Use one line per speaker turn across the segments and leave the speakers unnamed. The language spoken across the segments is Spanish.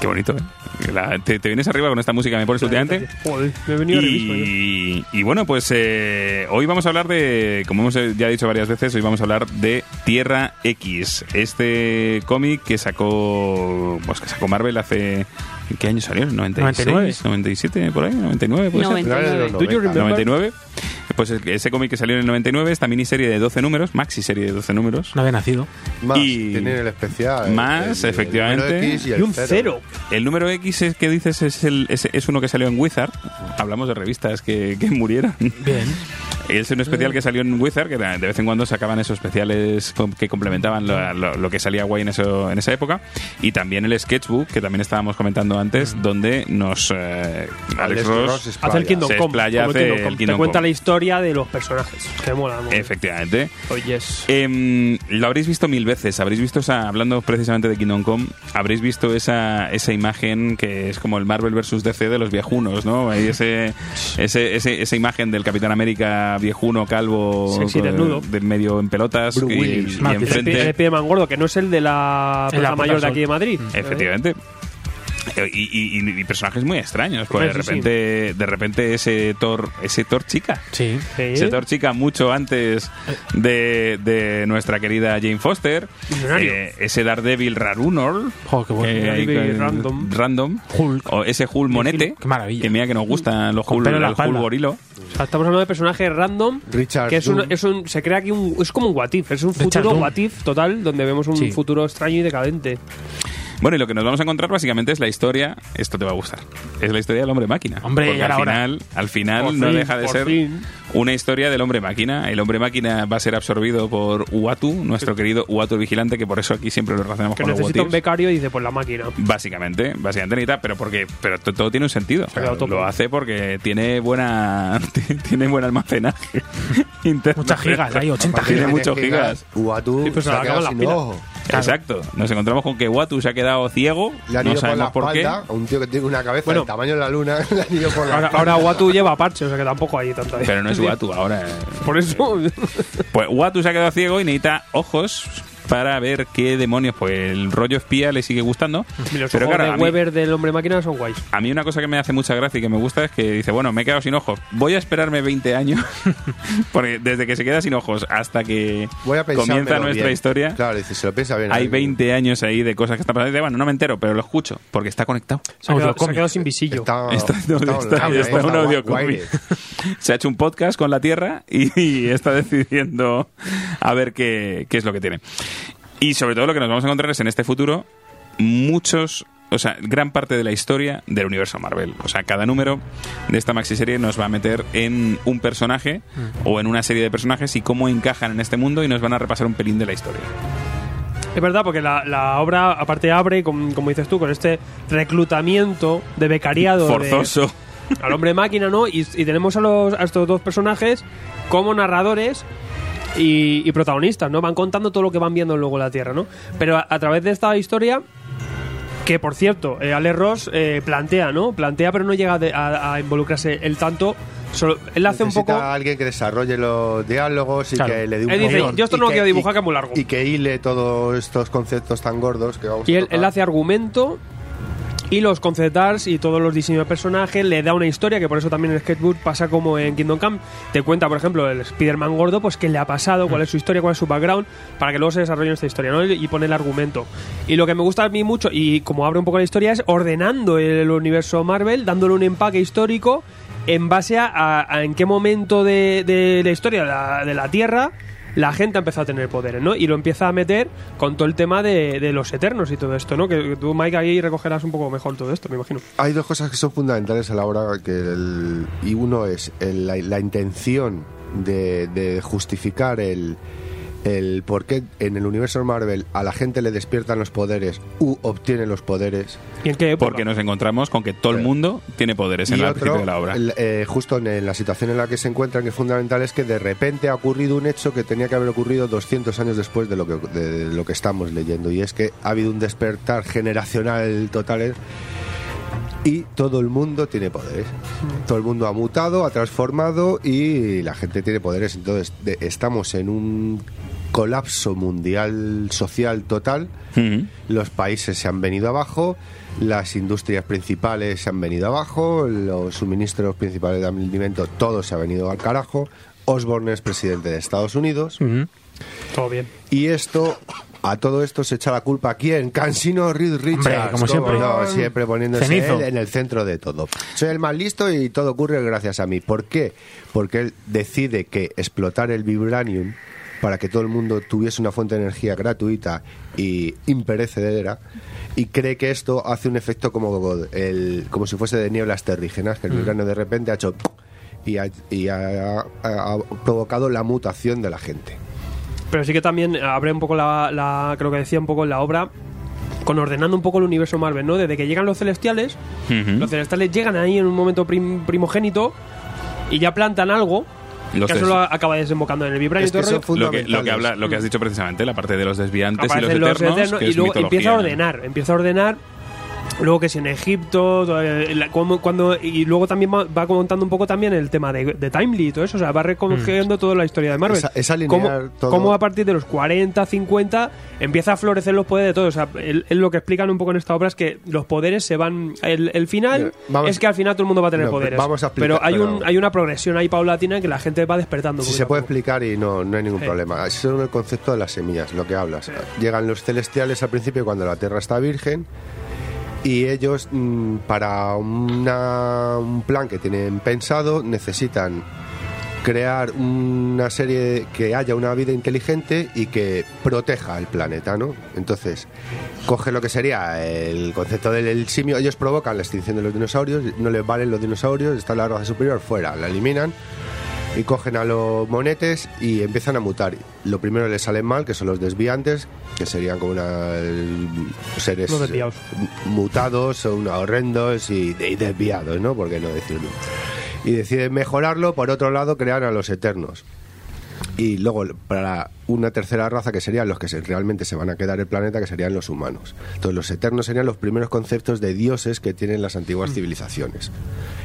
Qué bonito, ¿eh? La- te, te vienes arriba con esta música que me pones últimamente.
Joder, me he venido arribismo yo.
Y, y bueno, pues eh, hoy vamos a hablar de, como hemos eh, ya dicho varias veces, hoy vamos a hablar de Tierra X, este cómic que sacó, pues que sacó Marvel hace, ¿en qué año salió? ¿96?
99.
97 por ahí, 99
Pues
puede ser.
99.
Finales de los
Do you
90.
remember?
99. Pues ese cómic que salió en el 99, esta miniserie de 12 números, maxi serie de 12 números,
No había nacido.
Más,
Y-
tienen el especial.
Más,
el- el- el
efectivamente.
número X y, el
Y un cero.
El número X es que dices es, el, es, es uno que salió en Wizard. Hablamos de revistas que, que murieron.
Bien.
Es un especial que salió en Wizard, que de vez en cuando sacaban esos especiales com- que complementaban lo, lo- lo que salía guay en, eso, en esa época. Y también el Sketchbook, que también estábamos comentando antes, donde nos... eh, Alex
Alex
Ross...
Ross es-
Hace el Kingdom
Se
Come.
explaya,
como
hace el Kingdom
Te cuenta
Come.
la historia de los personajes. Que mola, mola.
Efectivamente.
Oye, es-
Em, lo habréis visto mil veces, habréis visto esa, hablando precisamente de Kingdom Come, habréis visto esa, esa imagen que es como el Marvel versus DC de los viejunos, ¿no? Hay ese, ese- ese- esa imagen del Capitán América viejuno, calvo,
Sexy,
con-
desnudo.
de medio en pelotas
Bruce
y,
Willis.
y
Matt
El Spi- El
enfrente.
Spiderman gordo, que no es el de la
En la
plaza mayor de
Plaza
aquí de Madrid.
Efectivamente. Eh, Y, y- y- y personajes muy extraños, pues de
Hombre, sí, sí.
repente, de repente ese Thor, ese Thor chica.
Sí.
Sí.
Se torchica mucho antes de, de nuestra querida Jane Foster.
Millonario.
Eh, ese Daredevil Rarunor.
Jo, Oh, qué bueno.
que hay
Daredevil
con-
random.
random.
Hulk.
O ese Hulk Monete.
Qué maravilla.
Que mira que nos gustan los
Con
Hulk,
pelo en la
el Hulk
espalda.
Gorilo.
O sea, estamos hablando de personajes random.
Richard
que es un,
Doom.
es un- se crea aquí un. Es como un what if, Es un
Richard
futuro
Doom.
what if total donde vemos un
Sí.
futuro extraño y decadente.
Bueno, y lo que nos vamos a encontrar básicamente es la historia. Esto te va a gustar. Es la historia del hombre máquina.
Hombre,
Porque
ya
al
era hora.
final, al final
Por
no
fin,
deja de
por
ser
fin.
una historia del hombre máquina. El hombre máquina va a ser absorbido por Uatu, nuestro querido Uatu el vigilante, que por eso aquí siempre lo relacionamos
Que
con los
necesita un
Uatus.
becario y dice: Pues la máquina.
Básicamente, básicamente necesita, pero porque pero to- todo tiene un sentido.
Claro, todo.
lo hace porque tiene buena tiene buen almacenaje. interno.
Muchas gigas, hay 80
Tiene
gigas.
muchos gigas.
Uatu
Sí, pues
se
se
ha
le
quedado
acaban
sin
las pilas.
ojo.
Exacto. Nos encontramos con que Watu se ha quedado ciego,
Le han
no
ido por la
sabemos por, qué.
espalda a un tío que tiene una cabeza
Bueno.
del tamaño de la luna. Le han ido por la
Ahora,
espalda.
ahora Watu lleva parche, o sea que tampoco hay tanto. ahí.
Pero no es Watu ahora. eh.
Por eso.
Pues Watu se ha quedado ciego y necesita ojos para ver qué demonios, pues el rollo espía le sigue gustando.
Los
Pero
ojos
claro, a
de
mí-
Weber del hombre máquina son guays.
A mí una cosa que me hace mucha gracia y que me gusta es que dice, bueno, me he quedado sin ojos. Voy a esperarme 20 años, porque desde que se queda sin ojos hasta que
Voy a pensármelo
comienza nuestra
bien.
historia,
Claro, dice, se lo piensa bien.
hay
Ahí.
20 años ahí de cosas que están pasando. Y dice, bueno, no me entero, pero lo escucho, porque está conectado.
Se ha quedado, se ha
Audiocómic.
quedado sin visillo.
Está,
Está- no, está-
online,
está un
está
audiocómic.
wired.
Se ha hecho un podcast con la Tierra y, y está decidiendo a ver qué, qué es lo que tiene. Y sobre todo lo que nos vamos a encontrar es en este futuro muchos, o sea, gran parte de la historia del universo Marvel. O sea, cada número de esta maxiserie nos va a meter en un personaje
Mm.
o en una serie de personajes y cómo encajan en este mundo y nos van a repasar un pelín de la historia.
Es verdad, porque la, la obra aparte abre, con- como dices tú, con este reclutamiento de becariado. de-
Forzoso.
al hombre máquina, ¿no? Y, y tenemos a, los, a estos dos personajes como narradores y, y protagonistas, ¿no? Van contando todo lo que van viendo luego en la Tierra, ¿no? Pero a, a través de esta historia, que por cierto, eh, Alex Ross eh, plantea, ¿no? Plantea, pero no llega de- a, a involucrarse el tanto. Solo, él hace un
Necesita
poco...
a alguien que desarrolle los diálogos y
Claro.
que le dé un
Él dice,
color.
yo esto
Y
no lo quiero dibujar,
y-
que es muy largo.
Y que hile todos estos conceptos tan gordos que vamos
Y
a
él,
tocar.
él hace argumento y los concept arts y todos los diseños de personajes le da una historia, que por eso también el sketchbook pasa como en Kingdom Come. Te cuenta, por ejemplo, el Spider-Man gordo, pues qué le ha pasado, cuál es su historia, cuál es su background, para que luego se desarrolle esta historia, ¿no? Y pone el argumento. Y lo que me gusta a mí mucho, y como abre un poco la historia, es ordenando el universo Marvel, dándole un empaque histórico en base a, a- a en qué momento de, de la historia de la, de la Tierra la gente ha empezado a tener poderes, ¿no? Y lo empieza a meter con todo el tema de, de los eternos y todo esto, ¿no? Que, que tú, Mike, ahí recogerás un poco mejor todo esto, me imagino.
Hay dos cosas que son fundamentales a la hora que el- y uno es el- la, la intención de, de justificar el, el por qué en el universo Marvel a la gente le despiertan los poderes u obtiene los poderes.
¿Y en qué época?
Porque nos encontramos con que todo el mundo tiene poderes en
y
la- al
otro,
principio de la obra.
el- eh, justo en, en la situación en la que se encuentran, que es fundamental es que de repente ha ocurrido un hecho que tenía que haber ocurrido 200 años después de lo que, de lo que estamos leyendo, y es que ha habido un despertar generacional total eh, y todo el mundo tiene poderes. Todo el mundo ha mutado, ha transformado y la gente tiene poderes. Entonces de- estamos en un colapso mundial social total,
Ujú.
los países se han venido abajo, las industrias principales se han venido abajo, los suministros principales de alimento, todo se ha venido al carajo. Osborne es presidente de Estados Unidos.
Ujú. Todo bien.
Y esto, a todo esto se echa la culpa a quién? Cansino Reed Richards.
Hombre, como
¿Cómo
siempre.
no? siempre poniéndose
Cenizo.
él en el centro de todo. Soy el más listo y todo ocurre gracias a mí. ¿Por qué? Porque él decide que explotar el vibranium para que todo el mundo tuviese una fuente de energía gratuita y imperecedera y cree que esto hace un efecto como el como si fuese de nieblas terrígenas
Mm.
que el vibranium de repente ha hecho y ha- y ha- ha- ha provocado la mutación de la gente.
Pero sí que también abre un poco la, la- creo que decía un poco en la obra, con ordenando un poco el universo Marvel, ¿no? Desde que llegan los celestiales,
Ujú.
los celestiales llegan ahí en un momento prim- primogénito y ya plantan algo
Los
que
tres.
eso lo acaba desembocando en el vibranium.
Es que
y todo el
son
rollo.
Lo que, lo, que
fundamentales.
habla, lo que has dicho precisamente, la parte de los desviantes y los
Aparecen
eternos,
eternos
que
y
es
luego
mitología.
empieza a ordenar, empieza a ordenar. Luego que si en Egipto, toda- eh, la- como- cuando, y luego también va, va contando un poco también el tema de, de Timely y todo eso, o sea, va
Mm.
recogiendo toda la historia de Marvel.
Esa- esa lineal,
cómo,
todo.
cómo a partir de los 40, 50 empieza a florecer los poderes de todos. O sea, él- él lo que explican un poco en esta obra es que los poderes se van... El, el final
Mira, vamos-
es que al final todo el mundo va a tener
No, pero
poderes.
vamos a explicar,
pero hay,
pero-
un, hay una progresión ahí paulatina en que la gente va despertando.
Si
poquito
se
a
puede
poco.
explicar y no, no hay ningún
Sí.
problema. Es solo el concepto de las semillas, lo que hablas. Llegan los celestiales al principio cuando la Tierra está virgen y ellos mm, para una- un plan que tienen pensado necesitan crear una serie que haya una vida inteligente y que proteja el planeta, ¿no? Entonces, coge lo que sería el concepto del el simio, ellos provocan la extinción de los dinosaurios, no les valen los dinosaurios, está la raza superior fuera, la eliminan y cogen a los monetes y empiezan a mutar. Lo primero les salen mal, que son los desviantes, que serían como una, seres
Los desviados.
mutados, o una- horrendos y, y desviados, ¿no? ¿Por qué no decirlo? Y deciden mejorarlo, por otro lado crean a los eternos. Y luego para una tercera raza que serían los que se- realmente se van a quedar el planeta, que serían los humanos. Entonces los eternos serían los primeros conceptos de dioses que tienen las antiguas civilizaciones.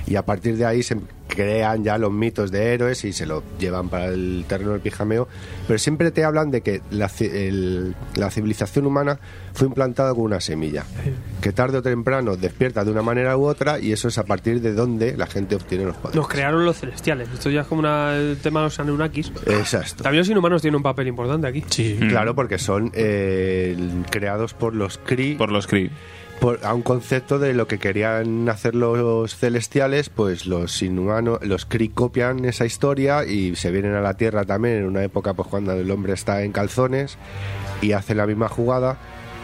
Y a partir de ahí se crean ya los mitos de héroes y se lo llevan para el terreno del pijameo. Pero siempre te hablan de que la, ci- el- la civilización humana fue implantada con una semilla, que tarde o temprano despierta de una manera u otra y eso es a partir de donde la gente obtiene los poderes.
Nos crearon los celestiales. Esto ya es como una- el tema de los Anunnakis.
Exacto.
También los inhumanos tienen un papel importante aquí.
Sí.
Claro, porque son eh, creados por los Kree
Por los Kree.
por- a un concepto de lo que querían hacer los celestiales, pues los inhumanos, los Kree copian esa historia y se vienen a la Tierra también en una época pues cuando el hombre está en calzones y hacen la misma jugada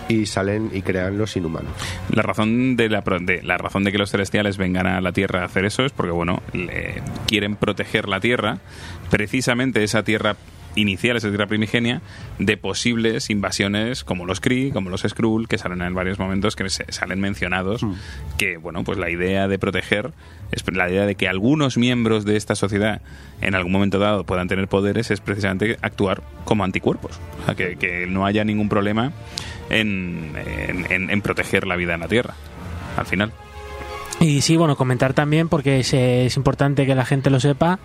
y salen y crean los inhumanos.
La razón de la, pro- de la razón de que los celestiales vengan a la Tierra a hacer eso es porque bueno, le- quieren proteger la Tierra, precisamente esa Tierra inicial, esa Tierra primigenia, de posibles invasiones como los Kree, como los Skrull, que salen en varios momentos que se- salen mencionados,
Hmm.
que bueno, pues la idea de proteger es la idea de que algunos miembros de esta sociedad en algún momento dado puedan tener poderes es precisamente actuar como anticuerpos, o sea, que, que no haya ningún problema en, en- en- en proteger la vida en la Tierra, al final.
Y sí, bueno, comentar también, porque es, eh, es importante que la gente lo sepa,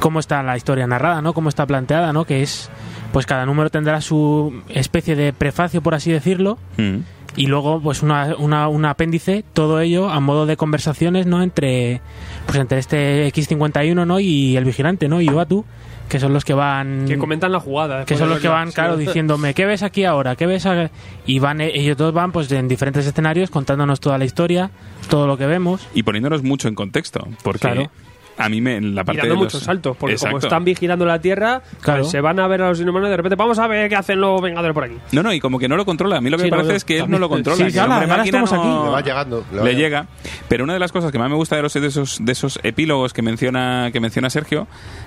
cómo está la historia narrada, ¿no? Cómo está planteada, ¿no? Que es, pues cada número tendrá su especie de prefacio, por así decirlo,
Hmm.
y luego, pues una, una- un apéndice, todo ello a modo de conversaciones, ¿no? Entre, pues entre este X51, ¿no? Y el vigilante, ¿no? Y Uatu, que son los que van...
Que comentan la jugada. después
que son
de
los que
verla.
van,
Sí.
claro, diciéndome, ¿qué ves aquí ahora? ¿Qué ves? a-?" Y van, eh, ellos todos van, pues, en diferentes escenarios, contándonos toda la historia, todo lo que vemos.
Y poniéndonos mucho en contexto, porque
Claro.
a mí me, en la
Y
parte
dando
de los-
muchos saltos, porque como
Exacto.
están vigilando la Tierra,
Claro.
pues se van a ver a los inhumanos y de repente vamos a ver qué hacen los vengadores por aquí.
No, no, y como que no lo controla. A mí lo que
Sí,
me
no,
parece
yo
es que él
también.
no lo controla.
Sí,
que el
ala,
hombre
ahora
máquina
estamos
no-
aquí.
Le va llegando, le va
Le
llegando.
llega. Pero una de las cosas que más me gusta de, los, de, esos, de esos epílogos que menciona, que menciona Sergio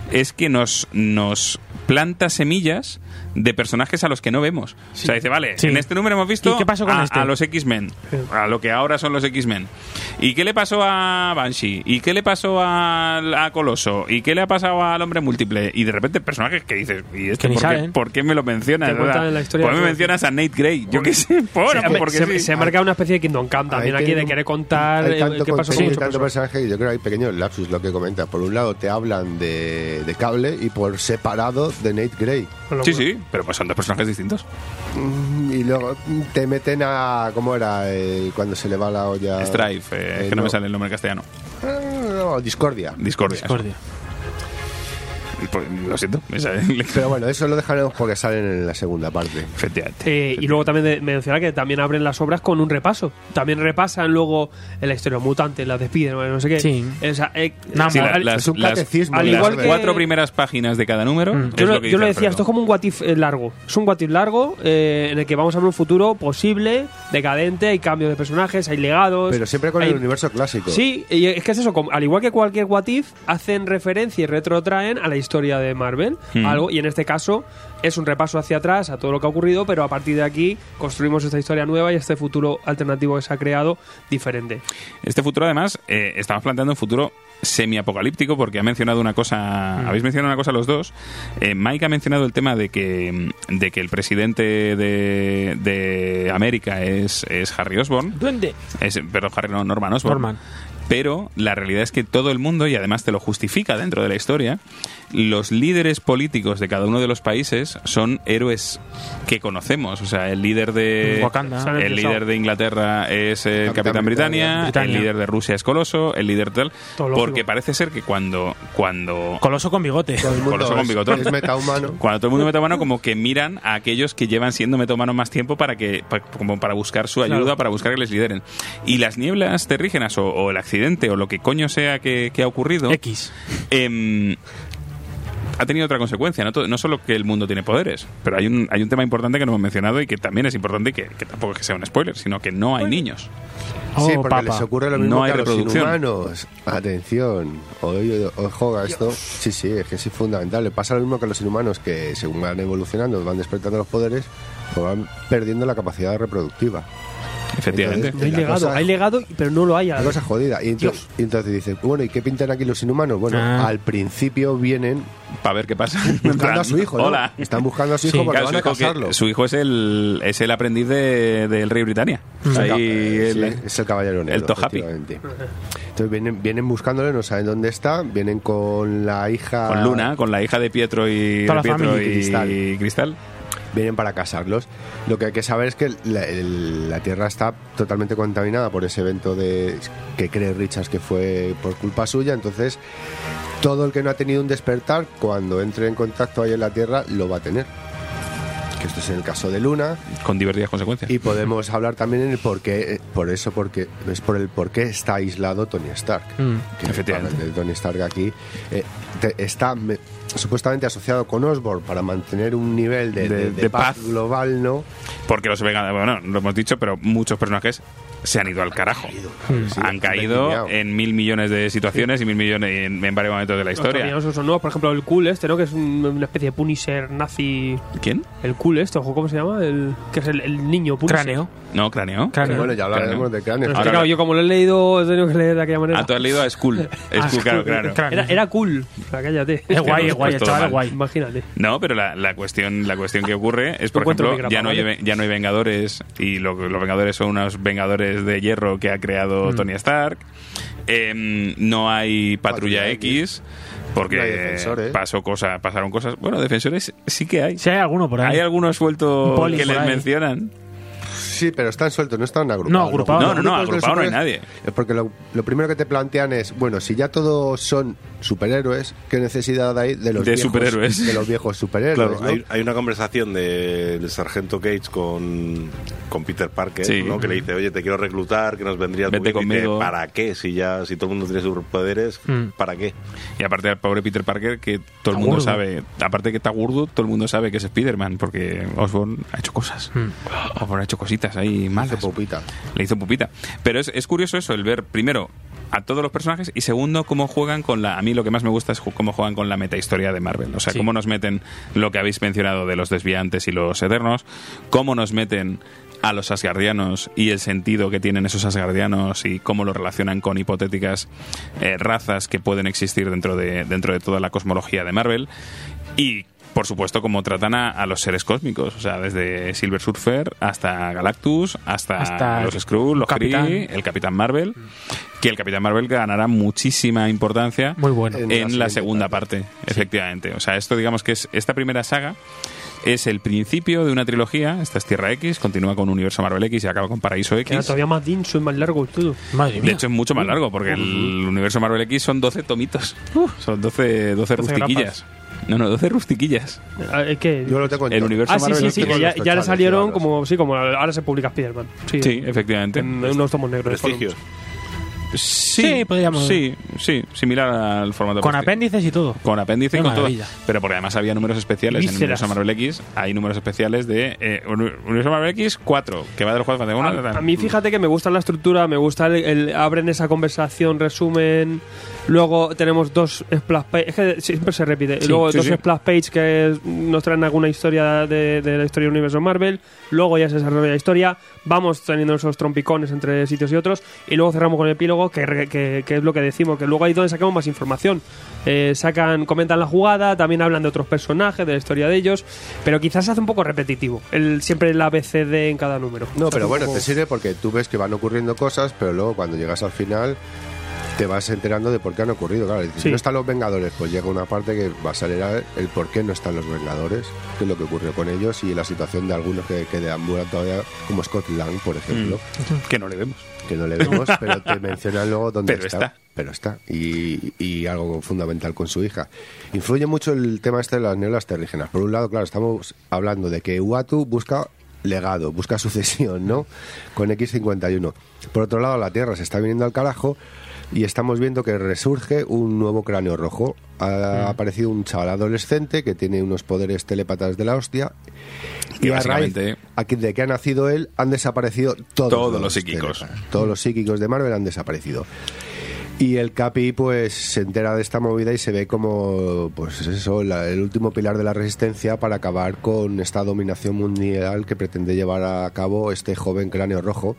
es que nos, nos planta semillas de personajes a los que no vemos. O sea, dice, vale,
Sí.
en este número hemos visto
¿Y qué pasó con
a,
este?
a los X-Men, a lo que ahora son los X-Men. ¿Y qué le pasó a Banshee? ¿Y qué le pasó al- a, Coloso? ¿Y qué le ha pasado al hombre múltiple? Y de repente personajes que dices, ¿y este
Que ni
por, qué,
saben.
por qué me lo mencionas?
Te cuentan
¿verdad?
la historia
¿Por qué
de
me
todo.
mencionas a Nate Grey? Yo qué sé, por-
Se-
porque
se,
sí.
se marca una especie de Kingdom Come también
Ahí
aquí, de
tiene-
querer contar
hay
eh,
tanto
qué pasó
contenido
con
y
muchas
tanto
personas.
personaje que yo creo que hay pequeños lapsus lo que comentas. Por un lado te hablan de, de cable y por separado de Nate Grey.
Con lo
Sí,
cual-
sí. Pero pues son dos personajes distintos.
Mm, Y luego te meten a. ¿Cómo era? El- cuando se le va la olla.
Strife, eh,
Eh,
que no, me
no.
sale el nombre en castellano.
Ah, no, Discordia.
Discordia.
Discordia.
Pues, lo siento. esa es la-
Pero bueno, eso lo dejaremos porque salen en la segunda parte.
Efectivamente.
Eh, y luego también de- mencionar que también abren las obras con un repaso. También repasan luego la historia mutante, la despiden, no sé qué.
Sí.
O sea, eh,
Nada
Sí,
más.
la-
al-
las,
es un
las-
catecismo,
al
la
igual
verdad.
que- cuatro primeras páginas de cada número.
Mm.
es
yo
lo
lo,
que
yo
dice
lo decía,
Alfredo.
esto es como un what if eh, largo. Es un what if largo eh, en el que vamos a ver un futuro posible, decadente, hay cambios de personajes, hay legados.
Pero siempre con
hay-
el universo clásico.
Sí, y es que es eso, como- al igual que cualquier What If, hacen referencia y retrotraen a la historia de Marvel,
Hmm.
algo, y en este caso es un repaso hacia atrás a todo lo que ha ocurrido, pero a partir de aquí construimos esta historia nueva y este futuro alternativo que se ha creado diferente.
Este futuro, además, eh, estamos planteando un futuro semiapocalíptico porque ha mencionado una cosa,
Mm.
habéis mencionado una cosa los dos. Eh, Mike ha mencionado el tema de que, de que el presidente de, de América es, es Harry Osborn.
Duende.
Es, perdón, Harry, no, Norman Osborn.
Norman.
Pero la realidad es que todo el mundo, y además te lo justifica dentro de la historia, los líderes políticos de cada uno de los países son héroes que conocemos. O sea, el líder de
Wakanda.
Se han
el
empezado.
líder de Inglaterra es el
Capitán
Capitán Britannia,
Britannia.
el líder de Rusia es Coloso, el líder tal.
Todo lógico.
Porque parece ser que cuando, cuando
Coloso con bigote.
Todo el mundo
Coloso con
es-
bigotón.
Es metahumano.
cuando todo el mundo metomano, como que miran a aquellos que llevan siendo metomanos más tiempo para que pa- como para buscar su ayuda,
Claro.
para buscar que les lideren. Y las nieblas terrígenas o, o el accidente o lo que coño sea que, que ha ocurrido
X.
em, ha tenido otra consecuencia. No, To- no solo que el mundo tiene poderes, pero hay un, hay un tema importante que no hemos mencionado y que también es importante y que, que tampoco es que sea un spoiler, sino que no hay niños.
Oh,
sí, porque
papa.
les ocurre lo mismo
No hay
que a los
reproducción.
inhumanos. Atención, oye, ojo a esto. Sí, sí, es que es fundamental. Le pasa lo mismo que a los inhumanos, que según van evolucionando, van despertando los poderes, pues van perdiendo la capacidad reproductiva.
Efectivamente.
Entonces,
No hay
la
legado,
cosa-
hay legado, pero no lo hay. a la
La
vez.
cosa jodida. Y entonces,
Dios.
y entonces dices, bueno, ¿y qué pintan aquí los inhumanos? Bueno,
Ah.
al principio vienen
Para ver qué pasa. En plan,
buscando a su hijo. ¿no?
Hola.
Están buscando a su
Sí,
hijo porque
Claro,
van a
su, hijo que-
casarlo.
su hijo es el, es el aprendiz de- del rey Britannia. Ahí
Eh, sí,
el-
es el caballero negro.
Tojapi.
efectivamente. Entonces vienen, vienen buscándole, no saben dónde está, vienen con la hija.
con Luna, con la hija de Pietro y
Toda la
de Pietro
familia
y Cristal.
Cristal. Vienen para casarlos. Lo que hay que saber es que la, el- la Tierra está totalmente contaminada por ese evento de que cree Richards que fue por culpa suya. Entonces, todo el que no ha tenido un despertar, cuando entre en contacto ahí en la Tierra, lo va a tener. Que esto es en el caso de Luna.
con diversas consecuencias.
Y podemos hablar también en el por qué, eh, por eso, porque es por el por qué está aislado Tony Stark.
Mm.
Que
Efectivamente.
para- de Tony Stark aquí eh, te- está me- supuestamente asociado con Osborn para mantener un nivel de,
De-
de- de
de
paz,
paz.
global, ¿no?
Porque los veganos, bueno, lo hemos dicho, pero muchos personajes se han ido al carajo.
Sí,
Hmm. han caído
deslineado.
en mil millones de situaciones y mil millones en, en varios momentos de la
Los
historia.
caminosos son nuevos, por ejemplo, el cool este, ¿no? Que es un- una especie de Punisher nazi.
¿Quién?
El cool este, ojo, ¿cómo se llama? El, que es el, el niño Punisher.
Cráneo.
No, cráneo.
Cráneo.
Bueno, ya
Cráneo.
hablaremos de
Pero
Cráneo.
es que,
Ahora-
claro, yo como lo he leído, he tenido que leer de aquella manera.
Ah, tú has leído a Skull. Skull, claro, claro.
Era, era cool. O sea, cállate.
Es guay, es guay, el
Todo
chaval
mal.
es guay.
Imagínate.
No, pero la, la cuestión la cuestión que ocurre es, por
Encuentro
ejemplo,
mi grapa,
ya no, hay,
¿vale?
ve- ya no hay vengadores y lo- los vengadores son unos vengadores de hierro que ha creado Tony Stark. Em, no hay patrulla,
Patrulla
X,
X.
porque
No hay defensores.
pasó cosa, pasaron cosas. Bueno, defensores sí que hay.
Si hay alguno por ahí.
Hay algunos sueltos
Un poli
que
por
les
ahí.
mencionan.
Sí, pero están sueltos, no están agrupados.
No, agrupados.
No, no, no,
Los grupos de
agrupado no hay
superhéroes-
nadie.
Es porque lo, lo primero que te plantean es, bueno, si ya todos son superhéroes, ¿qué necesidad hay de los
De
viejos,
superhéroes.
De los viejos superhéroes,
Claro,
¿no?
hay, hay una conversación del sargento Gates con, con Peter Parker,
Sí.
¿no? que le dice, oye, te quiero reclutar, que nos vendrías muy
Vete
bien". Y dice,
conmigo.
¿Para qué? Si ya si todo el mundo tiene superpoderes,
Mm.
¿para qué?
Y aparte al pobre Peter Parker, que todo el
Está
mundo
gordo.
sabe, aparte que está gordo, todo el mundo sabe que es Spider-Man, porque Osborn ha hecho cosas.
Mm.
Osborn ha hecho cositas ahí malas.
Hace popita.
Le hizo pupita. Pero es, es curioso eso, el ver primero a todos los personajes y segundo cómo juegan con la... A mí lo que más me gusta es ju- cómo juegan con la metahistoria de Marvel. O sea,
Sí.
cómo nos meten lo que habéis mencionado de los desviantes y los eternos, cómo nos meten a los asgardianos y el sentido que tienen esos asgardianos y cómo lo relacionan con hipotéticas eh, razas que pueden existir dentro de, dentro de toda la cosmología de Marvel. Y por supuesto, como tratan a, a los seres cósmicos, o sea, desde Silver Surfer hasta Galactus, hasta,
Hasta
los Skrull, los
Capitán.
Kree, el Capitán Marvel, que el Capitán Marvel ganará muchísima importancia
Muy bueno.
en,
En
la,
la
segunda
siguiente
parte, efectivamente. O sea, esto digamos que es esta primera saga es el principio de una trilogía. Esta es Tierra X, continúa con Universo Marvel X y acaba con Paraíso
Que era
X.
todavía más denso y más largo el todo.
Madre
De
mía.
hecho, es mucho más largo, porque el universo Marvel X son 12 tomitos. Son 12, 12 rustiquillas. No, no, 12 rustiquillas.
Ah, eh, ¿qué?
Yo lo tengo en
El
to-
universo
Ah, sí,
Marvel
sí,
lo
sí,
tengo
que
en
ya,
los
ya le
tochales,
salieron
claro.
como, sí, como ahora se publica Spider-Man. Sí,
Sí, efectivamente.
En unos tomos negros.
Prestigio.
Sí,
Sí, podríamos-
Sí, sí, similar al formato.
Con
apéndice.
apéndices y todo.
pues, Con apéndice y
Qué
con todo.
maravilla.
Pero porque además había números especiales en
Vísceras.
Universo Marvel X. Hay números especiales de eh, Uni- Universo Marvel X 4, que va de los Juegos de
A, a mí fíjate que me gusta la estructura, me gusta el, el- abren esa conversación, resumen, luego tenemos dos splash page, es que siempre se repite,
Sí,
luego
sí,
dos
sí.
splash page que es- nos traen alguna historia de, de la historia del universo Marvel, luego ya se desarrolla la historia, vamos teniendo esos trompicones entre sitios y otros, y luego cerramos con el epílogo, que, re- que- que es lo que decimos, que luego ahí es donde sacamos más información. Eh, sacan, comentan la jugada, también hablan de otros personajes, de la historia de ellos, pero quizás se hace un poco repetitivo, el, siempre el ABCD en cada número.
No, pero
Hace un
bueno,
poco-
te sirve porque tú ves que van ocurriendo cosas, pero luego cuando llegas al final te vas enterando de por qué han ocurrido. Claro, dices,
Sí.
no están los Vengadores, pues llega una parte que va a salir a- el por qué no están los Vengadores, qué es lo que ocurrió con ellos y la situación de algunos que, que deambulan todavía, como Scott Lang, por
Mm.
ejemplo,
Que no le vemos.
que no le vemos, pero te mencionan luego dónde
Pero
está.
está.
Pero está. Y, y algo fundamental con su hija. Influye mucho el tema este de las neulas terrígenas. Por un lado, claro, estamos hablando de que Uatu busca legado, busca sucesión, ¿no? Con X51. Por otro lado, la Tierra se está viniendo al carajo y estamos viendo que resurge un nuevo cráneo rojo.
Mm.
Ha aparecido un chaval adolescente que tiene unos poderes telépatas de la hostia.
Que
Y a raíz
básicamente-
a que- de que ha nacido él han desaparecido todos,
Todos los psíquicos.
telépatas. Todos los psíquicos de Marvel han desaparecido. Y el Capi pues se entera de esta movida y se ve como pues eso, la- el último pilar de la resistencia para acabar con esta dominación mundial que pretende llevar a cabo este joven cráneo rojo.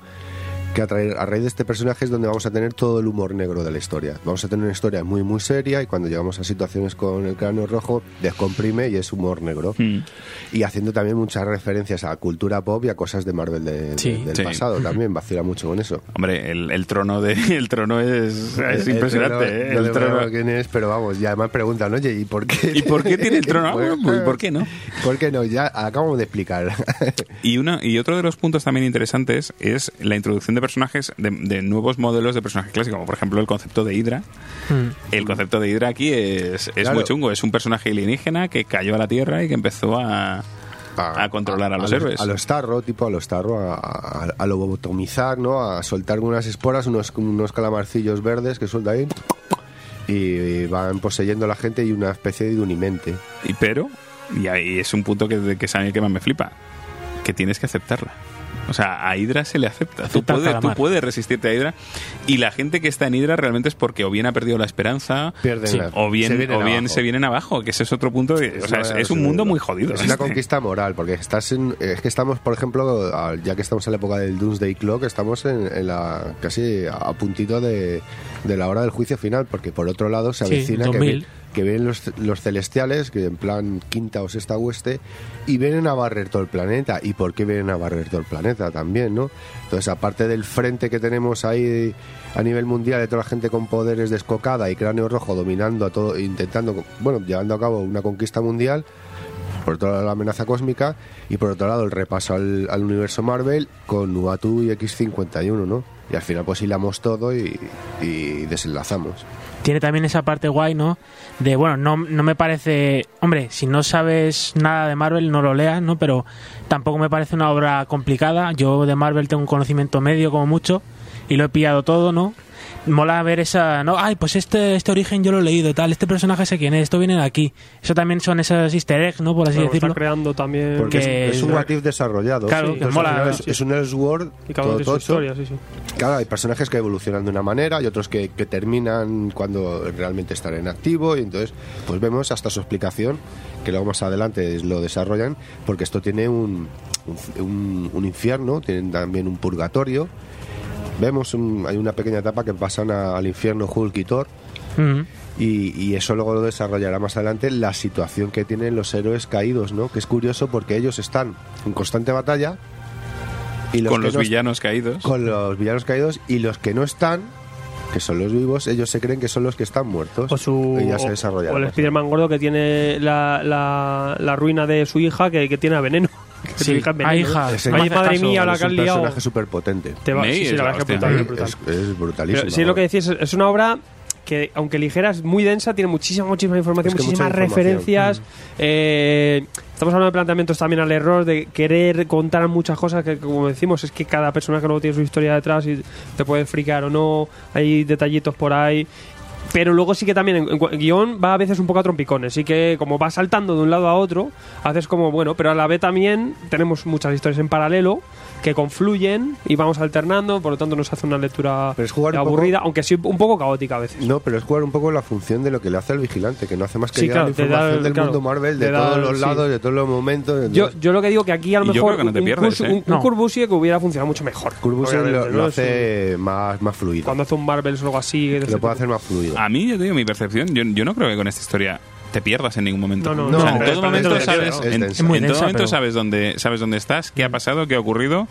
Que a, traer- a raíz de este personaje es donde vamos a tener todo el humor negro de la historia. Vamos a tener una historia muy muy seria y cuando llegamos a situaciones con el cráneo rojo descomprime y es humor negro. Y haciendo también muchas referencias a cultura pop y a cosas de Marvel de- de-
Sí.
del
Sí.
pasado también. Vacila mucho con eso.
Hombre, el, el trono de el trono es, es
Eh,
impresionante.
pero
¿eh?
No,
el
le voy a
trono.
ver quién es, pero vamos, y además preguntan, oye, ¿y por qué?
¿Y por qué tiene el trono? Ah,
Pues,
bueno, pues, ¿por qué no?
¿Por qué no? Ya acabamos de explicar.
Y, una, y otro de los puntos también interesantes es la introducción de personajes, de, de nuevos modelos de personajes clásicos, como por ejemplo el concepto de Hydra.
Mm.
El concepto de Hydra aquí es, es
Claro.
muy chungo, es un personaje alienígena que cayó a la Tierra y que empezó a, a controlar a, los héroes.
A los tarro, tipo a los tarro, a, a, a lobotomizar, ¿no? A soltar unas esporas, unos, unos calamarcillos verdes que suelta ahí. Y van poseyendo a la gente y una especie de unimente.
Y pero, y ahí es un punto que, de- que es a mí el que más me flipa, que tienes que aceptarla. O sea, a Hydra se le acepta. Tú
Acepta al
puedes, tú
calamar.
puedes resistirte a Hydra. Y la gente que está en Hydra realmente es porque o bien ha perdido la esperanza,
Pierden
Sí,
la-
o bien,
se vienen
o bien
abajo.
se vienen abajo, que ese es otro punto. de- Eh, o sea, es,
una-
es un mundo muy jodido.
Es una
este.
conquista moral, porque estás en- es que estamos, por ejemplo, a- ya que estamos en la época del Doomsday Clock, estamos en, en la casi a puntito de, de la hora del juicio final, porque por otro lado se
Sí,
avecina que,
2000.
vi- que vienen los, los celestiales, que en plan quinta o sexta hueste, y vienen a barrer todo el planeta. ¿Y por qué vienen a barrer todo el planeta también, no? Entonces, aparte del frente que tenemos ahí a nivel mundial de toda la gente con poderes descocada y cráneo rojo dominando a todo, intentando, bueno, llevando a cabo una conquista mundial, por otro lado la amenaza cósmica y por otro lado el repaso al, al universo Marvel con Uatu y X51, ¿no? Y al final pues hilamos todo y, y desenlazamos.
Tiene también esa parte guay, ¿no? De, bueno, no, no me parece... Hombre, si no sabes nada de Marvel, no lo leas, ¿no? Pero tampoco me parece una obra complicada. Yo de Marvel tengo un conocimiento medio como mucho y lo he pillado todo, ¿no? Mola ver esa... No, ay, pues este, este origen yo lo he leído, tal. Este personaje sé quién es, esto viene de aquí. Eso también son esas easter eggs, ¿no? Por así
Pero lo
decirlo.
está creando también.
Porque
Que
es, es un
el-
What If desarrollado.
Claro,
Entonces,
que mola,
al final
¿no?
Es, es un Elseworld
Y cada uno tiene
todo
su
tocho.
historia, sí, sí.
Claro, hay personajes que evolucionan de una manera y otros que, que terminan cuando realmente están en activo y entonces pues vemos hasta su explicación que luego más adelante lo desarrollan porque esto tiene un, un, un- un infierno, tienen también un purgatorio. Vemos, un- hay una pequeña etapa que pasan a- al infierno Hulk y Thor
Mm.
y, y eso luego lo desarrollará más adelante la situación que tienen los héroes caídos, ¿no? Que es curioso porque ellos están en constante batalla y
con
que
los
no
villanos caídos.
con los villanos caídos y los que no están que son los vivos, ellos se creen que son los que están muertos
O, su,
y ya se
o-
desarrolla.
o
la
el
cosa.
Spider-Man gordo que tiene la, la, la ruina de su hija que, que tiene a veneno. Que
Sí,
su hija es
a
veneno.
hija.
Ese-
no
Ay,
hace
madre
caso.
mía, la
es
que
un
has liado.
personaje súper potente.
Te va,
May
sí, sí,
es
la
la
verdad es que es
hostia.
brutal, es brutal.
Es, es brutalísimo.
Pero sí, lo que decís es, es una obra que, aunque ligera, es muy densa, tiene muchísima, muchísima información,
Es que
muchísimas
mucha información. Mm.
referencias. Eh, estamos hablando de planteamientos también al error, de querer contar muchas cosas que, como decimos, es que cada personaje luego tiene su historia detrás y te puede fricar o no, hay detallitos por ahí. Pero luego sí que también en, en cua- guión va a veces un poco a trompicones, sí que como va saltando de un lado a otro, haces como bueno, pero a la vez también tenemos muchas historias en paralelo que confluyen y vamos alternando, por lo tanto nos hace una lectura
Pero es jugar un poco-
aburrida, aunque sí un poco caótica a veces.
No, pero es jugar un poco la función de lo que le hace al vigilante, que no hace más que
Sí, claro,
llegar la
te da
información
el-
del
claro,
mundo Marvel, de
te da
todos
el-
los
sí.
lados, de todos los momentos.
Yo,
entonces,
yo lo que digo que aquí a lo
Y yo
mejor
creo que no te
un,
pierdes,
Curs-
¿eh?
un- un
No.
Curbusier que hubiera funcionado mucho mejor.
Curvuse lo,
obviamente,
lo
¿no? Es un-
hace más, más fluido.
cuando hace un Marvel o algo así, de ese
Lo puede
tipo.
hacer más fluido.
A mí, yo te digo, mi percepción, yo, yo no creo que con esta historia te pierdas en ningún momento.
No, no,
O sea,
no,
en
pero
todo
es-
momento
es-
sabes,
es
en,
densa.
en
Muy densa,
todo momento
pero-
sabes dónde sabes dónde estás, qué ha pasado, qué ha ocurrido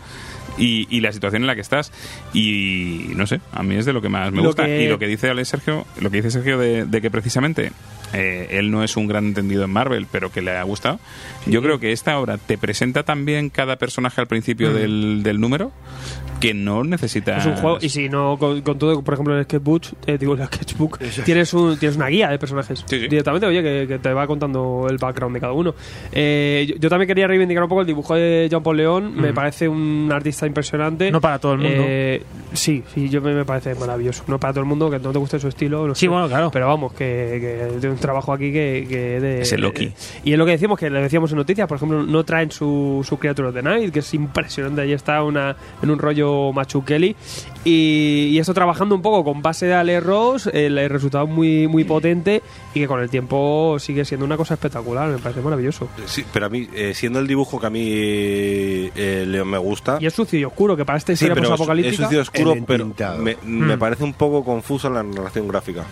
y, y la situación en la que estás. Y no sé, a mí es de lo que más me
Lo
gusta.
que-
Y lo que dice Ale Sergio, lo que dice Sergio de, de que precisamente eh, él no es un gran entendido en Marvel, pero que le ha gustado. Yo creo que esta obra te presenta también cada personaje al principio del, del número que Ah, no necesita.
Es un juego, y si no, con, con todo, por ejemplo, en el sketchbook, eh, digo, en el sketchbook, tienes, un, tienes una guía de personajes.
Sí, sí.
Directamente, oye, que, que te va contando el background de cada uno. Eh, yo, yo también quería reivindicar un poco el dibujo de Jean Paul León, me parece un artista impresionante.
No para todo el mundo.
Eh, sí, sí, yo me, me parece maravilloso. No para todo el mundo, que no te guste su estilo. no
Sí,
sé.
bueno,
Oh.
claro.
Pero vamos, que, que tiene un trabajo aquí que, que de-
Es el Loki.
y es lo que decimos, que le decíamos en noticias, por ejemplo, no traen su, su Creature of the Night, que es impresionante, ahí está una, en un rollo Machukeli. Y, y esto trabajando un poco con base de Ale Ross, el, el resultado muy, muy potente y que con el tiempo sigue siendo una cosa espectacular, me parece maravilloso.
Sí, pero a mí, eh, siendo el dibujo que a mí eh, eh, le- me gusta.
Y es sucio y oscuro, que para este esta
Sí,
historia
pero es
posapocalíptica-
sucio oscuro,
el
pero
entintado.
me, me
Mm.
parece un poco confuso la narración gráfica.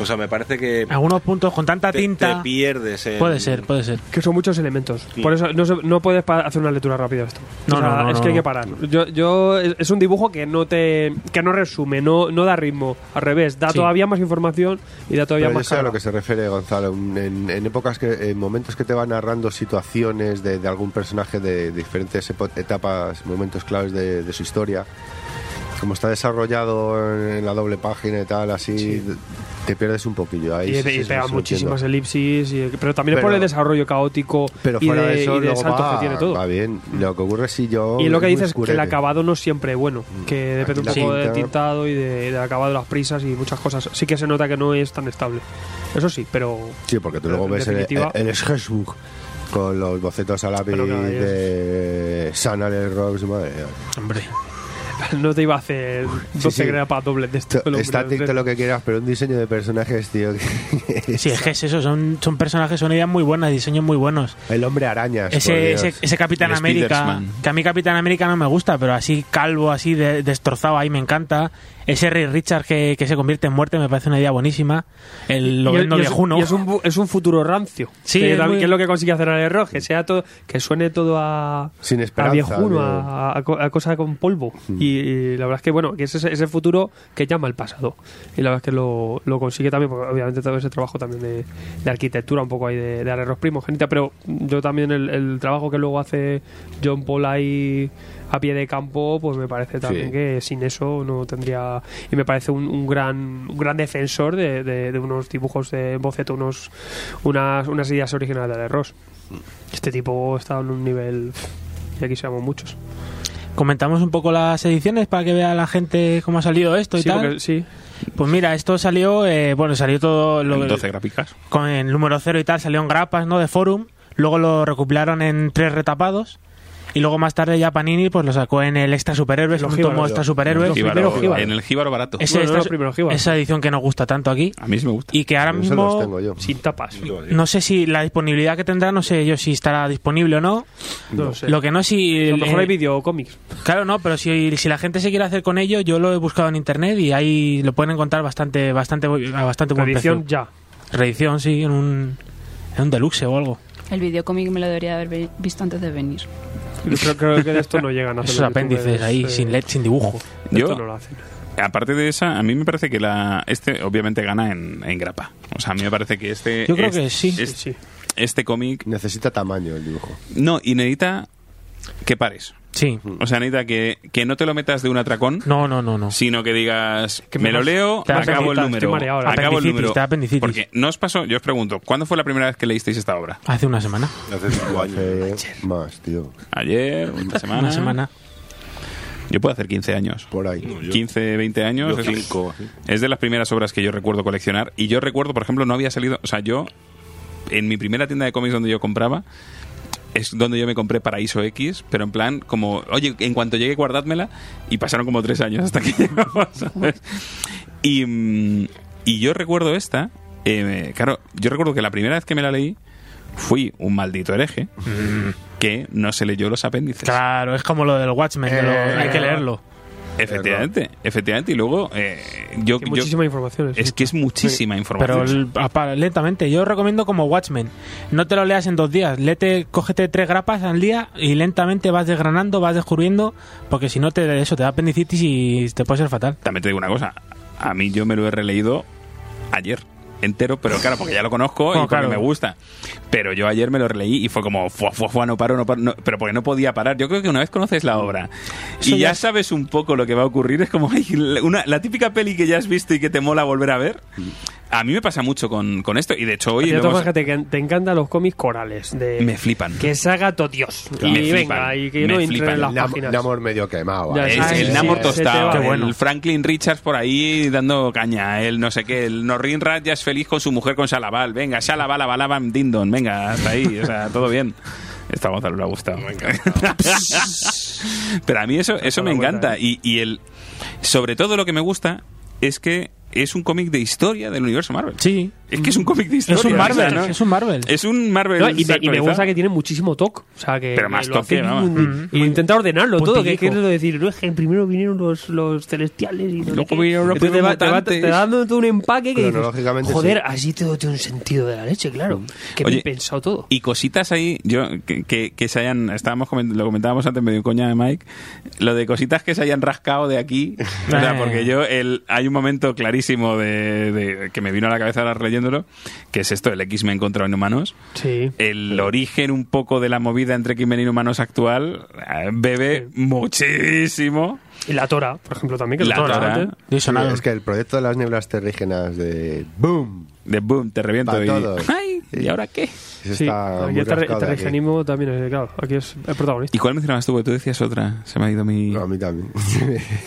O sea, me parece que
Algunos puntos con tanta
te, te
tinta.
pierdes. en-
Puede ser, puede ser.
Que son muchos elementos.
Sí.
Por eso no, se- no puedes pa- hacer una lectura rápida de esto.
No, no, no,
Es
no,
que hay
no.
que parar. Yo, yo, es es un dibujo que no te que no resume, no, no da ritmo. Al revés, da
Sí.
todavía más información y da todavía
Pero yo
más
sé a
carga.
lo que se refiere Gonzalo. En, en épocas que, en momentos que te va narrando situaciones de, de algún personaje de diferentes epo- etapas, momentos claves de, de su historia, como está desarrollado en, en la doble página y tal, así te pierdes un poquillo. Ahí
Y,
sí,
y
sí, sí,
pega
sí, lo
muchísimas
entiendo.
elipsis, y- pero también
Pero-
por el desarrollo caótico
Pero
y
fuera
de,
de eso,
y de
luego
saltos
va,
que tiene todo.
va bien. Lo que ocurre si yo.
Y lo que
es muy
dices es que el
oscurete.
acabado no es siempre bueno, que depende un
la
poco del
tinta.
tintado y de- del acabado de las prisas y muchas cosas. Sí que se nota que no es tan estable. Eso sí, pero
Sí, porque tú luego
en
ves el,
definitiva-
el sketchbook con los bocetos a lápiz
Pero cada día es-
de Sanal Rocks, madre mía.
Hombre.
no te iba a hacer 12
sí.
grapas dobles de esto.
Esto-
el hombre,
Está
de-
dicto lo que quieras, pero un diseño de personajes, tío. que-
Sí, es que es eso. Son, son personajes, son ideas muy buenas, diseños muy buenos.
El hombre araña.
Ese, ese, ese Capitán
El
América,
Spiderman.
que a mí Capitán América no me gusta, pero así calvo, así de- destrozado, ahí me encanta. Ese Ray Richard que, que se convierte en muerte me parece una idea buenísima. El
Y- y
lobendo
es,
viejuno.
y es un, bu- es un futuro rancio.
Sí,
que,
es
también-
muy-
que es lo que consigue hacer el error, que sea todo, que suene todo a
Sin
a
esperanza.
viejuno,
tío.
a, a co- a cosa con polvo. Y, y la verdad es que, bueno, que es ese, ese futuro que llama el pasado. Y la verdad es que lo, lo consigue también, porque obviamente todo ese trabajo también de, de arquitectura, un poco ahí de, de Arreros primogénita, pero yo también el, el trabajo que luego hace John Paul ahí a pie de campo, pues me parece también
Sí.
que sin eso no tendría. Y me parece un, un gran, un gran defensor de, de- de unos dibujos de boceto, unos, unas, unas ideas originales de Arreros. Este tipo está en un nivel. Y aquí seamos muchos.
Comentamos un poco las ediciones para que vea la gente cómo ha salido esto y
Sí,
tal.
porque- sí.
Pues mira, esto salió, eh, bueno, salió todo lo,
12 gráficas.
con el número cero y tal, salió en grapas, ¿no? De forum. Luego lo recopilaron en tres retapados. Y luego más tarde ya Panini pues lo sacó en el Extra Superhéroes,
Los
un tomo
jíbaros.
Extra Superhéroes.
Los
Jíbaro-
primeros jíbaros.
en el jíbaro barato.
Ese
Bueno,
extra-
los primeros jíbaros.
esa edición que nos gusta tanto aquí.
A mí sí me gusta.
Y que ahora
Esos los
mismo
tengo yo.
Sin tapas. No,
no sé si la disponibilidad que tendrá, no sé yo si estará disponible o no.
lo sé.
Lo que no si
a lo mejor
eh,
hay videocómics.
Claro, no, pero si, si la gente se quiere hacer con ello, yo lo he buscado en internet y ahí lo pueden encontrar bastante bastante a bastante buen
Edición
precio.
ya.
Reedición, sí, en un en un deluxe o algo.
El videocómic me lo debería haber vi- visto antes de venir.
Yo creo, creo que de esto no llegan a hacer
Esos
lo que tú
apéndices
ves,
ahí,
eh,
sin LED, sin dibujo.
de
Yo-
esto no lo hacen.
Aparte de esa, a mí me parece que la este obviamente gana en, en grapa. O sea, a mí me parece que este
Yo creo
este-
que sí.
este,
Sí, sí.
este cómic
Necesita tamaño el dibujo.
no y necesita que pares.
Sí.
O sea, necesita que, que no te lo metas de un atracón,
No, no, no, no.
sino que digas
Que
me
me
lo
vas-
leo,
te vas
acabo el
apendicitis,
número,
estoy mareado ahora.
acabo el
Apendicitis,
número.
te da apendicitis.
Porque no os pasó, yo os pregunto, ¿cuándo fue la primera vez que leísteis esta obra?
Hace una semana.
Hace cinco años.
Eh, más, tío.
Ayer, esta semana.
Una semana.
Yo puedo hacer 15 años.
Por ahí.
Pues Yo-
15, 20 años.
yo
es,
cinco, así.
es de las primeras obras que yo recuerdo coleccionar. Y yo recuerdo, por ejemplo, no había salido. O sea, yo. En mi primera tienda de cómics donde yo compraba. Es donde yo me compré Paraíso X, pero en plan, como, oye, en cuanto llegue, guardádmela. Y pasaron como tres años hasta que llegó, ¿sabes? Y, mm, y yo recuerdo esta. eh, claro, yo recuerdo que la primera vez que me la leí. Fui un maldito hereje que no se leyó los apéndices.
Mm. Claro, es como lo del Watchmen, que lo-
Eh,
hay que leerlo.
Efectivamente, efectivamente. Y luego, eh, yo,
Que
yo-
muchísima información.
es que es muchísima información.
Pero el- apa- lentamente, yo recomiendo como Watchmen. No te lo leas en dos días. Lete, cógete tres grapas al día y lentamente vas desgranando, vas descubriendo, porque si no, te, eso te da apendicitis y te puede ser fatal.
También te digo una cosa. A mí yo me lo he releído ayer entero, pero claro, porque ya lo conozco y
Bueno,
porque
claro.
me gusta. Pero yo ayer me lo releí y fue como, fua, fua, fua, no paro, no paro, no- pero porque no podía parar. Yo creo que una vez conoces la obra y
Eso
ya,
ya es-
sabes un poco lo que va a ocurrir, es como ay, la- una, la típica peli que ya has visto y que te mola volver a ver.
Mm.
A mí me pasa mucho con, con esto y de hecho hoy
Oye,
lo hemos-
te, te encantan los cómics corales. De,
me flipan.
Que se haga todo Dios.
Claro. Me
Y venga,
flipan,
y que
me
no entre
flipan.
en las
Nam-
páginas.
Namor medio quemado. ¿eh?
Ya,
ahí.
Es
Ah,
el
sí,
Namor
sí,
tostado,
se te va.
el
Qué bueno.
Franklin Richards por ahí dando caña, el no sé qué, el Norrin Rat ya es feliz con su mujer con Salaval, venga, Salaval, Abalabam, Dindon, venga, hasta ahí, o sea, todo bien. Esta Gonzalo le ha gustado. Pero a mí eso, eso me
la vuelta,
encanta.
¿eh?
Y, y el sobre todo lo que me gusta es que es un cómic de historia del universo Marvel.
Sí.
Es que es un cómic de historia.
un Marvel,
o sea, ¿no? Eh,
es un Marvel.
Es un Marvel
No, y, me, y me
actualizado.
gusta que tiene muchísimo toque. O sea, que
Pero
que
más
lo
toque,
hace
vamos. Mm-hmm.
bien. Y intenta ordenarlo todo. Que
Puntillico.
quiero decir, no es que primero vinieron los, los celestiales y no sé
Luego
qué.
vinieron los
Entonces te, va, te, va-
mutantes.
te va dando todo un empaque que dices,
Cronológicamente,
joder,
sí.
así todo tiene un sentido de la leche, claro. Que
Oye,
bien pensado todo.
Y cositas ahí, yo que, que, que se hayan, estábamos coment- lo comentábamos antes medio coña de Mike, lo de cositas que se hayan rascado de aquí, o
Eh.
sea, porque yo el, hay un momento clarísimo de, de- que me vino a la cabeza ahora leyéndolo, que es esto, el X-Men contra Inhumanos.
Sí.
El origen un poco de la movida entre X-Men y Inhumanos actual eh, bebe muchísimo
Y la Tora, por ejemplo, también. Que
la
lo
tora
toca, ¿eh?
Yo he
Sí,
sonado.
es que el proyecto de las nieblas terrígenas de Boom
de boom, te reviento
Pa'
y,
todos.
¡ay! ¿y ahora qué?
se
Sí,
está
aquí
muy
el tar-
rascado de aquí.
tarjeanismo también es, claro, aquí es el protagonista.
¿Y cuál mencionabas tú? Porque Tú decías otra, se me ha ido mi...
No, a mí también.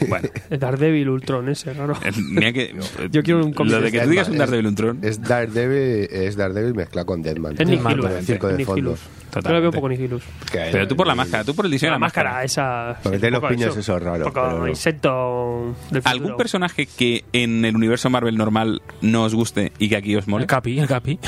Bueno.
El Daredevil Ultron ese, claro.
Eh, mira que-
Yo quiero un cómic
Lo
de
de que tú
Deadman.
digas un
Es-
Daredevil un tron.
es Daredevil, es Daredevil mezclado con Deadman.
Es
Nick
Con
Nihilus.
el circo de
Es
fondos.
Nihilus. Yo lo veo un poco Nihilus.
Que-
Pero tú por la máscara, tú por el diseño de
La
la máscara.
máscara, esa...
Porque
sí,
tiene
un
los
poco
piños esos raros,
Un poco
pero no.
insecto del futuro.
¿Algún personaje que en el universo Marvel normal no os guste y que aquí os mole?
El Capi, el Capi.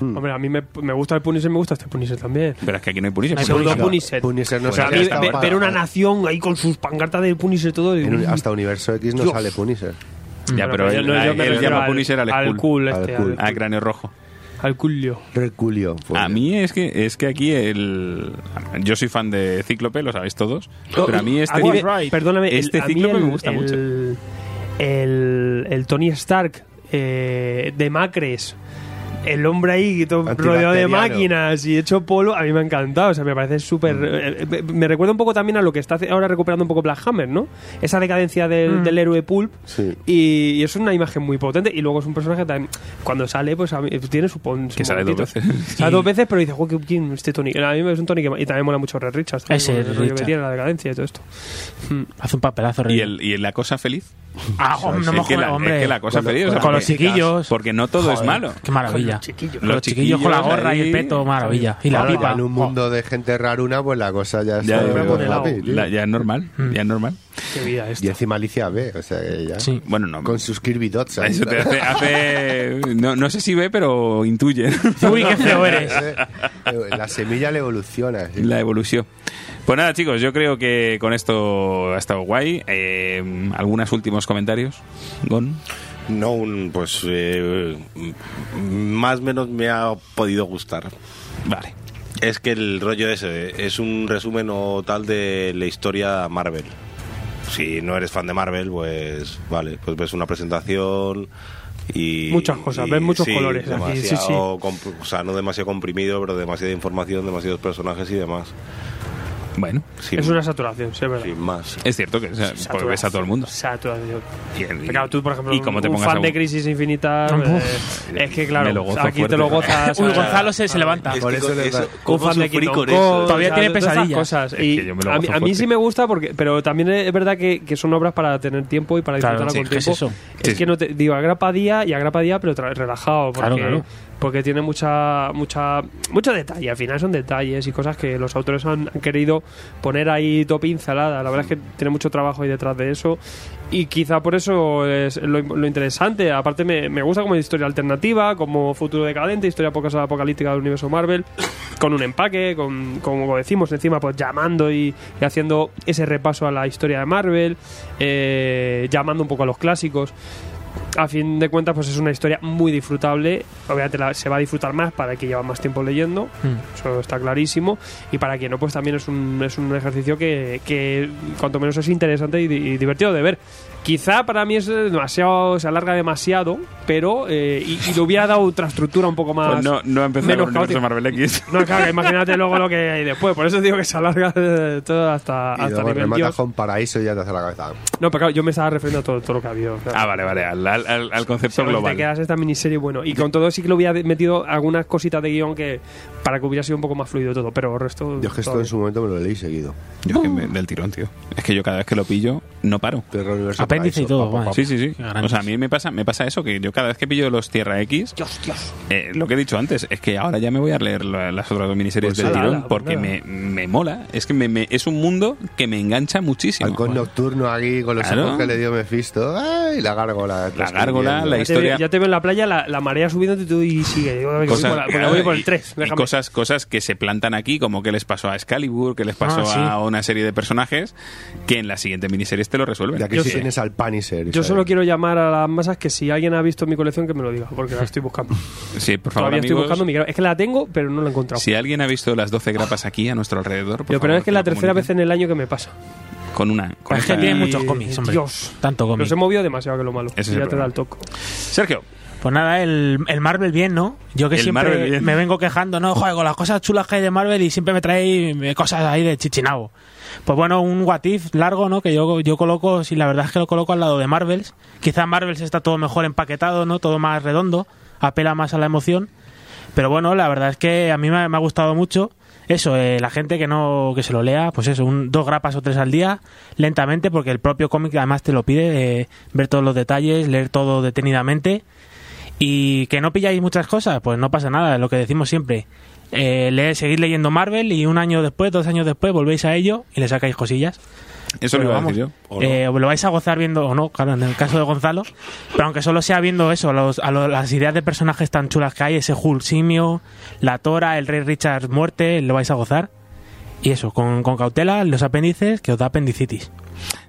Hombre, a mí me, me gusta el Punisher, me gusta este Punisher también.
Pero es que aquí no hay Punisher.
No hay
porque-
Pseudo
Punisher.
Punisher.
Punisher no
O sea, a
sale
mí
hasta-
ve- ver una nación ahí con sus pancartas de Punisher todo. y-
En un- hasta Universo X no
Dios.
sale Punisher.
Ya,
Bueno,
pero
pues yo-
él,
no, yo
él
me refiero
llama Punisher al,
al
Skull.
cool
Al
este,
cool.
al,
Ah, cráneo rojo.
al culio.
Reculio.
Pues
A mí es que es que aquí el yo soy fan de Cíclope, lo sabéis todos,
Oh,
pero a mí este
mí me-
Right.
perdóname,
este
el, a mí
Cíclope
el-
me gusta
el-
mucho.
El, el Tony Stark eh, de Macres, el hombre ahí todo rodeado de
Antibacteriano.
máquinas y hecho polvo, a mí me ha encantado. O sea, me parece súper.
Mm.
eh, eh, me recuerda un poco también a lo que está hace- ahora recuperando un poco Black Hammer, ¿no? Esa decadencia
Mm.
del, del héroe Pulp.
Sí.
Y, y es una imagen muy potente. Y luego es un personaje también. Cuando sale, pues a mí- tiene su. pon- su
Que sale dos
momentito.
veces.
Sale dos veces, pero dice, "Jo, que- ¿quién este Tony? A mí me es un Tony que. Y también mola mucho Red Richards. también,
Ese
con el rollo que
Richards.
tiene, la decadencia y todo esto.
Hace un papelazo.
y
Rey.
el y la cosa feliz.
Ah, hombre, no me
es, que la,
jodas, hombre.
es que la cosa
Con los-
feliz, o
con
sea,
Con los
porque-
chiquillos.
porque no todo es
Joder,
malo.
Qué maravilla.
Con los chiquillos.
Los
Los chiquillos con la
chiquillos
gorra y el
ahí-
peto, maravilla. Y la
Ahora,
pipa.
en un mundo de gente raruna, pues la cosa ya
Ya,
está.
me
medio
pone helado.
happy, tío.
la- ya es normal, ya es normal.
Qué vida
Y
esta.
encima Alicia B, o sea que ya.
Sí.
Bueno, no.
Con sus Kirby Dots. ahí.
Eso te hace, hace- no, no sé si ve, pero intuye
Uy, qué feo eres.
Eh, La semilla le evoluciona. sí.
la evolución. Pues nada, chicos, yo creo que con esto ha estado guay. Eh, ¿Algunos últimos comentarios? Gon.
No, un, pues eh, m- más o menos me ha podido gustar.
Vale.
Es que el rollo ese es un resumen o tal de la historia Marvel. Si no eres fan de Marvel, pues vale, pues ves una presentación y...
Muchas cosas, ves muchos colores aquí, sí, sí.
demasiado comp- O sea, no demasiado comprimido, pero demasiada información, demasiados personajes y demás.
Bueno,
Sin-
es una saturación, sí, es verdad.
sin más.
es cierto que o sea, pues ves a todo el mundo.
Saturación.
Y- y-
Claro, tú, por ejemplo,
y como te
un
pongas
fan
a-
de Crisis Infinita,
Uf.
eh, es que
Me
claro,
lo gozo
aquí te
fuerte.
lo gozas.
Uy,
o sea,
Gonzalo se, se
Ah,
levanta.
Por eso le da-
un fan de
sufrí
Kingdom
con
Come,
eso?
o
Todavía
sea,
tiene
todas esas
pesadillas.
cosas.
Es
Y
que yo me lo
a, mí,
gozo
a mí
fuerte.
sí me gusta, porque pero también es verdad que, que son obras para tener tiempo y para
Claro,
disfrutarla
sí,
con
¿qué es
tiempo.
eso?
Sí, sí.
que no te digo agrapa día y agrapa día, pero tra- relajado. Porque,
Claro, claro.
porque tiene mucha, mucha, mucho detalle. Al final son detalles y cosas que los autores han, han querido poner ahí top pincelada. La verdad es que tiene mucho trabajo ahí detrás de eso. Y quizá por eso es lo, lo interesante. Aparte, me, me gusta como historia alternativa, como futuro decadente, historia poca- apocalíptica del universo Marvel, con un empaque, con, como decimos encima, pues llamando y, y haciendo ese repaso a la historia de Marvel, eh, llamando un poco a los clásicos a fin de cuentas, pues es una historia muy disfrutable. Obviamente la- se va a disfrutar más para el que lleva más tiempo leyendo,
Mm.
eso está clarísimo. Y para quien no, pues también es un, es un ejercicio que, que cuanto menos es interesante y, di- y divertido de ver. Quizá para mí es demasiado, se alarga demasiado, pero eh, y, y le hubiera dado otra estructura un poco más.
Pues no, no ha empezado
menos
con el universo
caótico.
Marvel X.
No, claro, imagínate luego lo que hay después. Por eso digo que se alarga eh, todo hasta,
Y
hasta
luego
nivel
rematas
Dios.
con paraíso y ya te hace la cabeza.
No, pero claro, yo me estaba refiriendo a todo, todo lo que ha habido. claro.
Ah, vale, vale, al, al- al- al
Sí,
concepto
porque
global.
Te quedas esta miniserie, bueno. Y con todo sí que lo hubiera metido algunas cositas de guión que para que hubiera sido un poco más fluido todo, pero el resto...
Yo es que esto
todo
en su momento me lo leí seguido.
Yo es que me- del tirón, tío. Es que yo cada vez que lo pillo, no paro.
Terror Universo
Apéndice y
Paraíso,
todo,
pa, pa,
guay.
pa.
Sí, sí, sí.
Qué grandes.
O sea, a mí me pasa, me pasa eso, que yo cada vez que pillo los Tierra X, eh, lo que he dicho antes, es que ahora ya me voy a leer la- las otras dos miniseries
Pues
del
nada,
tirón,
nada, pues
porque me, me mola. Es que me- me- es un mundo que me engancha muchísimo.
Halcón nocturno aquí con los
Claro.
ojos que le dio Mephisto. ¡Ay! La gárgola.
La gárgola, la
Ya te,
historia-
veo- ya te veo en la playa, la, la marea subiendo y tú y sigue. Yo voy por
Cosas-
pues la- por la- voy por
y-
el 3,
y cosas, cosas que se plantan aquí, como que les pasó a Excalibur, que les pasó
Ah, sí.
a una serie de personajes, que en la siguiente miniserie te lo resuelven.
Y aquí
Yo
sí
sé.
tienes al Punisher.
Yo
Isabel.
solo quiero llamar a las masas que si alguien ha visto mi colección que me lo diga, porque la estoy buscando.
Sí, por favor,
Todavía estoy
amigos,
buscando mi... gra- Es que la tengo, pero no la he encontrado.
si alguien ha visto las 12 grapas aquí a nuestro alrededor, por
Lo peor
favor,
es que es la
lo
tercera vez
comuniquen.
en el año que me pasa.
Con una. con
Es que
esta-
tiene muchos cómics, hombre.
Dios.
Tanto cómic.
Los he movido demasiado que lo malo.
Ese es
Y
el
ya te
problema.
da el toque.
Sergio,
Pues nada, el, el Marvel bien, ¿no? Yo que
El Marvel
siempre
bien.
me vengo quejando, ¿no? Joder, con las cosas chulas que hay de Marvel y siempre me trae cosas ahí de chichinabo. Pues bueno, un What If largo, ¿no? Que yo, yo coloco, si la verdad es que lo coloco al lado de Marvels. Quizás Marvels está todo mejor empaquetado, ¿no? Todo más redondo, apela más a la emoción. Pero bueno, la verdad es que a mí me ha, me ha gustado mucho. Eso, eh, la gente que no que se lo lea, pues eso, un, dos grapas o tres al día, lentamente, porque el propio cómic además te lo pide, eh, ver todos los detalles, leer todo detenidamente. Y que no pilláis muchas cosas, pues no pasa nada, es lo que decimos siempre. Eh, leed- seguid leyendo Marvel y un año después, dos años después, volvéis a ello y le sacáis cosillas.
eso lo
Pero
iba a
vamos,
decir yo.
¿o no?
eh, lo vais a gozar viendo, o no, claro, en el caso de Gonzalo, pero aunque solo sea viendo eso, los- a lo- las ideas de personajes tan chulas que hay, ese Hulk simio, la Tora, el Rey Richard muerte, lo vais a gozar. Y eso, con, con cautela, los apéndices, que os da apendicitis.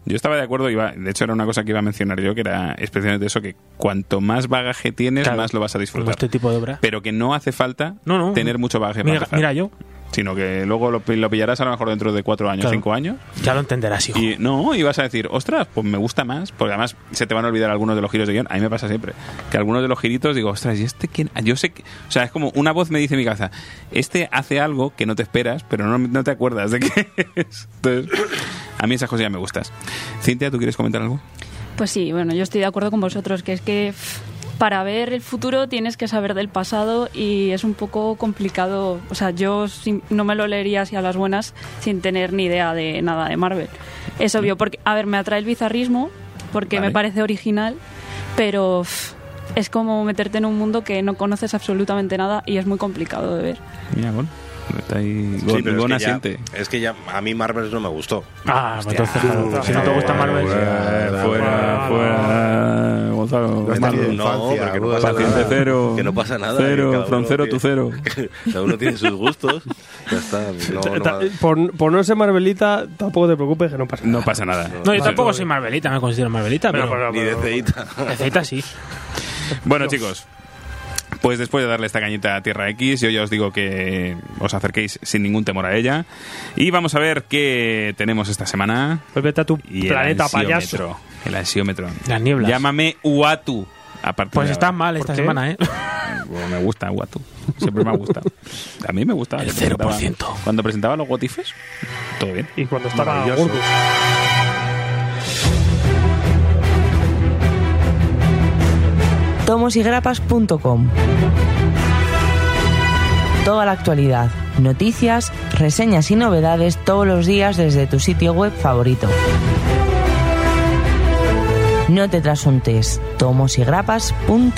Yo estaba de acuerdo, iba, de hecho era una cosa que iba a mencionar yo, que era especialmente eso, que cuanto más bagaje tienes,
Claro.
más lo vas a
Como
disfrutar.
este tipo de obra.
Pero que no hace falta
No, no.
tener mucho bagaje para
Mira,
empezar.
mira yo,
Sino que luego lo, pi- lo pillarás a lo mejor dentro de cuatro años,
Claro.
cinco años.
ya lo entenderás, hijo.
Y no, y vas a decir, ostras, pues me gusta más. Porque además se te van a olvidar algunos de los giros de guión. A mí me pasa siempre. Que algunos de los giritos digo, ostras, ¿y este quién? Yo sé que. O sea, es como una voz me dice en mi cabeza, este hace algo que no te esperas, pero no, no te acuerdas de qué es. Entonces, a mí esas cosas ya me gustas. Cintia, ¿tú quieres comentar algo?
Pues sí, bueno, yo estoy de acuerdo con vosotros, que es que pff, para ver el futuro tienes que saber del pasado y es un poco complicado. O sea, yo sin- no me lo leería así a las buenas sin tener ni idea de nada de Marvel. Es obvio, porque, a ver, me atrae el bizarrismo porque
Vale.
me parece original, pero pff, es como meterte en un mundo que no conoces absolutamente nada y es muy complicado de ver.
Mira, Gon. Está ahí.
Sí,
Gon,
pero
Gon
es, que
asiente.
ya, es que ya a mí Marvel no me gustó.
Ah, pues entonces, claro, si no te
eh,
gusta Marvel,
bueno.
Fuera,
Fuera,
fuera, fuera. Gonzalo.
Lo has
Gonzalo.
tenido de
no,
infancia,
porque no
bueno.
pasa
Paciente
nada.
cero.
Que no pasa nada. eh,
Cero,
que cada uno
Fran cero,
tiene-
tú cero.
cada uno tiene sus gustos. Ya está. No, no
Ta- eh,
va-
por, por no ser Marvelita, tampoco te preocupes que no pasa nada.
No pasa nada.
Pues no, yo tampoco soy Marvelita, me considero Marvelita, pero
Bueno,
ni de ceita.
Aceita sí.
Bueno, chicos. Pues después de darle esta cañita a Tierra X, yo ya os digo que os acerquéis sin ningún temor a ella. Y vamos a ver qué tenemos esta semana.
Pues vete a tu
Y
planeta,
el
payaso.
ansiómetro, El ansiómetro.
Las nieblas.
Llámame Uatu. Aparte
Pues
de-
estás mal esta
¿Por qué?
semana, ¿eh?
Bueno, me gusta Uatu. Siempre me ha gustado. A mí me gustaba.
El
Yo presentaba-
0%.
Cuando presentaba los Gotifes, todo bien.
Y cuando estaba
Maravilloso.
Gordo.
tomosygrapas.com. Toda la actualidad, noticias, reseñas y novedades todos los días desde tu sitio web favorito. No te trasuntes, tomosygrapas.com.